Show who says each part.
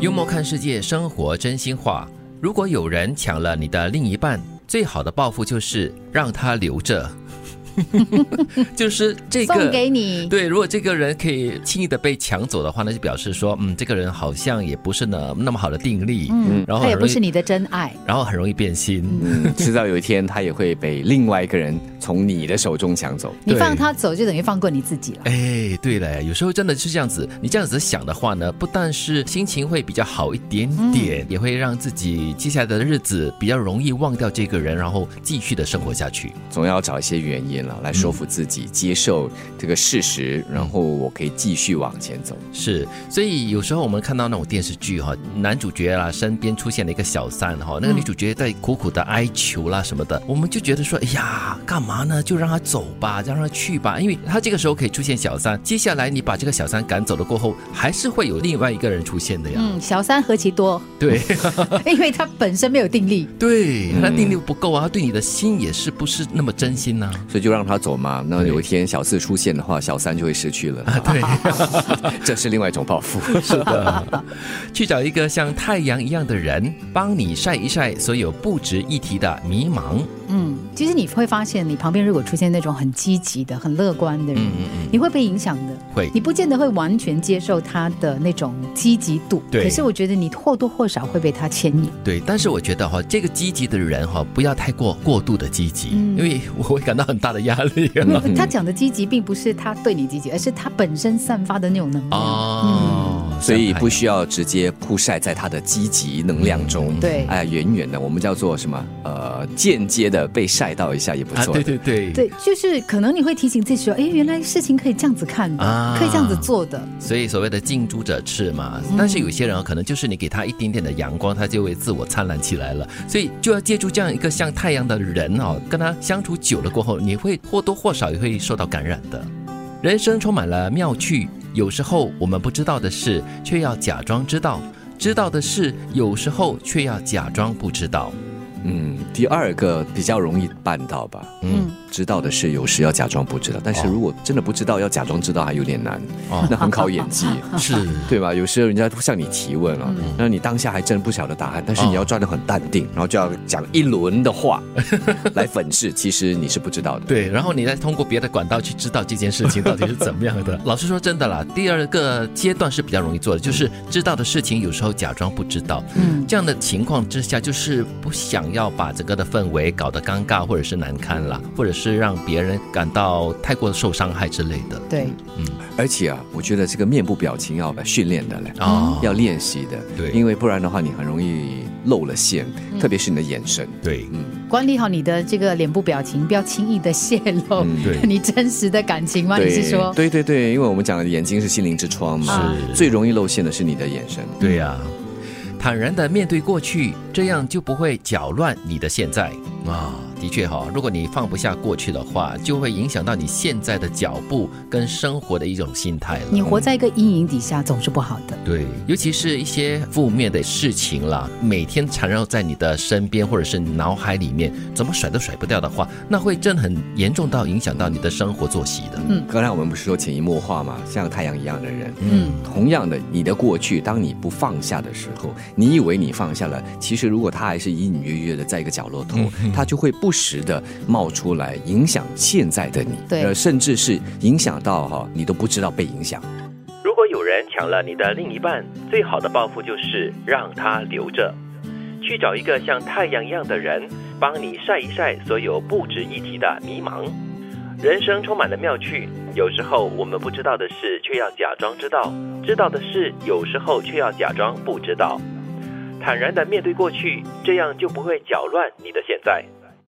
Speaker 1: 幽默看世界，生活真心话。如果有人抢了你的另一半，最好的报复就是让他留着， 就是这个
Speaker 2: 送给你，
Speaker 1: 对，如果这个人可以轻易的被抢走的话，那就表示说，嗯，这个人好像也不是呢那么好的定力，
Speaker 2: 嗯，
Speaker 1: 然后
Speaker 2: 他也
Speaker 1: 很
Speaker 2: 不
Speaker 1: 容
Speaker 2: 是
Speaker 1: 易，
Speaker 2: 你的真爱，
Speaker 1: 然后很容易变心。
Speaker 3: 嗯， 迟早有一天他也会被另外一个人从你的手中抢走。
Speaker 2: 你
Speaker 1: 对
Speaker 2: 放他走就等于放过你自己了。
Speaker 1: 哎，对了，有时候真的是这样子。你这样子想的话呢，不但是心情会比较好一点
Speaker 2: 嗯
Speaker 1: 点，也会让自己接下来的日子比较容易忘掉这个人，然后继续的生活下去。
Speaker 3: 总要找一些原因了来说服自己、接受这个事实，然后我可以继续往前走。
Speaker 1: 是，所以有时候我们看到那种电视剧哈，男主角啦身边出现了一个小三哈，那个女主角在苦苦的哀求啦什么的，我们就觉得说，哎呀，干嘛呢？就让他走吧，让他去吧，因为他这个时候可以出现小三，接下来你把这个小三赶走了过后，还是会有另外一个人出现的呀。
Speaker 2: 嗯，小三何 其多，
Speaker 1: 对。
Speaker 2: 因为他本身没有定力。
Speaker 1: 对，
Speaker 3: 嗯
Speaker 1: 他定力不够啊，他对你的心也是不是那么真心呐、
Speaker 3: 所以就让他走嘛。那
Speaker 1: 对
Speaker 3: 有一天小四出现的话，小三就会失去了。
Speaker 1: 对，
Speaker 3: 这是另外一种报复。
Speaker 1: 是的，去找一个像太阳一样的人，帮你晒一晒所有不值一提的迷茫。
Speaker 2: 嗯，其实你会发现，你旁边如果出现那种很积极的、很乐观的人，
Speaker 1: 嗯
Speaker 2: 你会被影响的。
Speaker 1: 会
Speaker 2: 你不见得会完全接受他的那种积极度，
Speaker 1: 对
Speaker 2: 可是我觉得你或多或少会被他牵引。
Speaker 1: 对，但是我觉得哈、这个积极的人哈、不要太过过度的积极，因为我会感到很大的压力啊。
Speaker 2: 不他讲的积极，并不是他对你积极，而是他本身散发的那种能 量。
Speaker 1: 哦，
Speaker 3: 嗯所以不
Speaker 1: 想
Speaker 3: 需要直接铺晒在他的积极能量
Speaker 1: 嗯
Speaker 3: 中，
Speaker 2: 对
Speaker 3: 哎，远远的，我们叫做什么？呃，间接的被晒到一下也不
Speaker 1: 太啊，
Speaker 3: 错
Speaker 1: 对
Speaker 3: 的。
Speaker 1: 对对，
Speaker 2: 对，就是可能你会提醒自己说，哎，原来事情可以这样子看的，
Speaker 1: 啊
Speaker 2: 可以这样子做的。
Speaker 1: 所以所谓的近朱者赤嘛，但是有些人啊可能就是你给他一点点的阳光，他就会自我灿烂起来了。所以就要借助这样一个像太阳的人哦，跟他相处久了过后，你会或多或少也会受到感染的。人生充满了妙趣，有时候我们不知道的事，却要假装知道；知道的事，有时候却要假装不知道。
Speaker 3: 嗯，第二个比较容易办到吧。
Speaker 1: 嗯，
Speaker 3: 知道的事有时要假装不知道，但是
Speaker 1: 哦
Speaker 3: 如果真的不知道，要假装知道还有点难，
Speaker 1: 哦
Speaker 3: 那很考演 技。
Speaker 1: 是，
Speaker 3: 对吧？有时候人家向你提问啊，
Speaker 1: 嗯
Speaker 3: 那你当下还真不晓得答案，
Speaker 1: 哦
Speaker 3: 但是你要装得很淡定，然后就要讲一轮的 话来粉饰，其实你是不知道的。
Speaker 1: 对，然后你再通过别的管道去知道这件事情到底是怎么样的。老实说，真的啦，第二个阶段是比较容易做的，就是知道的事情有时候假装不知道。
Speaker 2: 嗯，
Speaker 1: 这样的情况之下，就是不想要把整个的氛围搞得尴尬或者是难堪啦，或者是让别人感到太过受伤害之类的。
Speaker 2: 对，
Speaker 3: 而且啊，我觉得这个面部表情要训练的嘞，
Speaker 1: 啊、
Speaker 3: 要练习的，
Speaker 1: 对嗯
Speaker 3: 因为不然的话你很容易露了馅，特别是你的眼神。
Speaker 1: 对，
Speaker 2: 管理好你的这个脸部表情，不要轻易的泄露、
Speaker 3: 嗯
Speaker 1: 哦对
Speaker 2: 你真实的感情吗？你是说？
Speaker 3: 对对对，因为我们讲的眼睛是心灵之窗嘛，
Speaker 1: 是
Speaker 3: 最容易露馅的是你的眼神。
Speaker 1: 对呀、坦然的面对过去，这样就不会搅乱你的现在啊。的确哈、如果你放不下过去的话，就会影响到你现在的脚步跟生活的一种心态了。
Speaker 2: 你活在一个阴影底下，总是不好的。
Speaker 1: 对，尤其是一些负面的事情啦，每天缠绕在你的身边或者是脑海里面，怎么甩都甩不掉的话，那会真的很严重到影响到你的生活作息的。
Speaker 2: 嗯
Speaker 3: 刚才我们不是说潜移默化嘛，像太阳一样的人，
Speaker 2: 嗯，
Speaker 3: 同样的，你的过去，当你不放下的时候，你以为你放下了，其实如果它还是隐隐约约的在一个角落头，它就会不时的冒出来，影响现在的你，呃
Speaker 2: 对
Speaker 3: 甚至是影响到哈、你都不知道被影响。
Speaker 1: 如果有人抢了你的另一半，最好的报复就是让他留着。去找一个像太阳一样的人，帮你晒一晒所有不值一提的迷茫。人生充满了妙趣，有时候我们不知道的事却要假装知道，知道的事有时候却要假装不知道。坦然的面对过去，这样就不会搅乱你的现在。